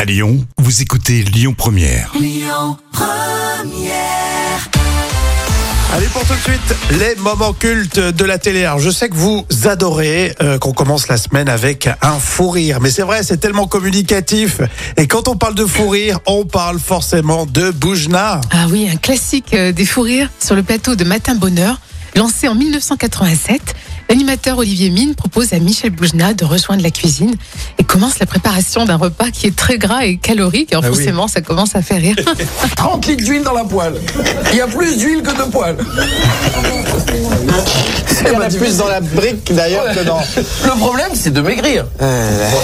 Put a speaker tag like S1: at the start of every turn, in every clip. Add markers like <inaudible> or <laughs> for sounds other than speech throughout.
S1: À Lyon, vous écoutez Lyon Première.
S2: Allez pour tout de suite, les moments cultes de la télé. Alors, je sais que vous adorez euh, qu'on commence la semaine avec un fou rire, mais c'est vrai, c'est tellement communicatif. Et quand on parle de fou rire, on parle forcément de Boujna.
S3: Ah oui, un classique euh, des fous rires sur le plateau de Matin Bonheur. Lancé en 1987, l'animateur Olivier Mine propose à Michel Boujna de rejoindre la cuisine et commence la préparation d'un repas qui est très gras et calorique. Alors
S2: Ah oui.
S3: forcément, ça commence à faire
S2: <laughs>
S3: rire.
S4: 30 litres d'huile dans la poêle. Il y a plus d'huile que de poêle.
S5: Il y en a plus dans la brique d'ailleurs que dans.
S4: Le problème, c'est de maigrir.
S6: Bon,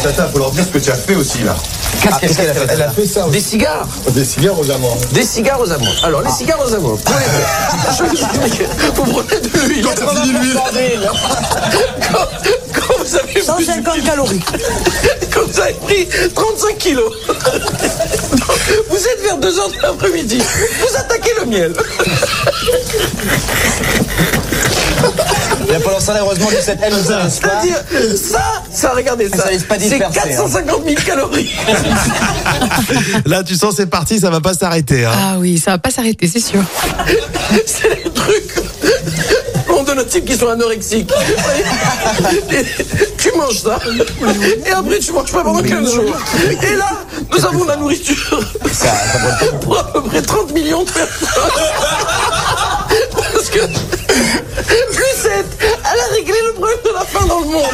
S6: Tata, faut leur dire ce que tu as fait aussi, là. Ah,
S4: Qu'est-ce qu'elle a fait
S6: Elle a fait ça
S4: Des
S6: aussi.
S4: cigares.
S6: Des cigares aux amants.
S4: Des cigares aux amours. Alors,
S5: Ah.
S4: les cigares aux amours. Prenez vous prenez de l'huile.
S6: Quand t'as fini l'huile.
S4: Quand, quand vous avez 150 calories. Quand vous avez pris 35 kilos. Vous êtes vers 2 heures de l'après-midi. Vous attaquez le miel.
S5: Il y a pendant ça, heureusement, que cette haine ne s'arrête pas.
S4: C'est-à-dire, ça, ça, regardez ça.
S5: Ça laisse pas
S4: c'est
S5: disperser, hein.
S4: 450 000 calories.
S2: Là, tu sens, c'est parti, ça va pas s'arrêter. hein.
S3: Ah oui, ça va pas s'arrêter, c'est sûr.
S4: C'est les trucs. On donne aux types qui sont anorexiques. Et tu manges ça. Et après, tu manges pas pendant 15 jours. Et là, nous avons de la nourriture pour à peu près 30 millions de personnes. Parce que Lucette, elle a réglé le problème de la faim dans le monde.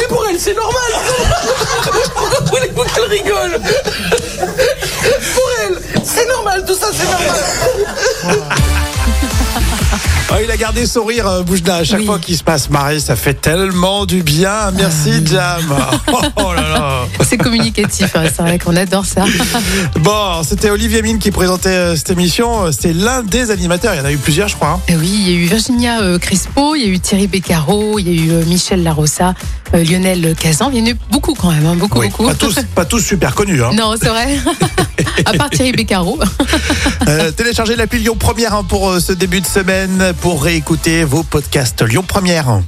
S4: Mais pour elle, c'est normal. Pourquoi voulez-vous qu'elle rigole Pour elle, c'est normal, tout ça, c'est normal.
S2: Ah, il a gardé son rire, euh, Boujna. À chaque
S3: Oui.
S2: fois qu'il se passe marrer, ça fait tellement du bien. Merci,
S3: Ah. <laughs>
S2: Jam. Oh, oh là là.
S3: C'est communicatif, hein, c'est vrai qu'on adore ça.
S2: Bon, c'était Olivier Mine qui présentait euh, cette émission. C'est l'un des animateurs. Il y en a eu plusieurs, je crois. hein.
S3: Eh Oui, il y a eu Virginia euh, Crispo, il y a eu Thierry Beccaro, il y a eu euh, Michel Larossa, euh, Lionel Cazan. Il y en a eu beaucoup quand même, hein, beaucoup,
S2: Oui,
S3: beaucoup.
S2: Pas tous, pas tous super connus. Hein.
S3: Non,
S2: <laughs>
S3: c'est vrai. à part Thierry Beccaro.
S2: Euh, téléchargez l'appli Lyon Première hein, pour euh, ce début de semaine pour réécouter vos podcasts Lyon Première.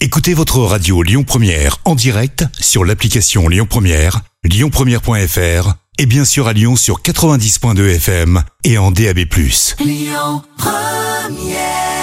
S1: Écoutez votre radio Lyon Première en direct sur l'application Lyon Première, lyonpremière.fr et bien sûr à Lyon sur 90.2 FM et en DAB+.
S7: Lyon Première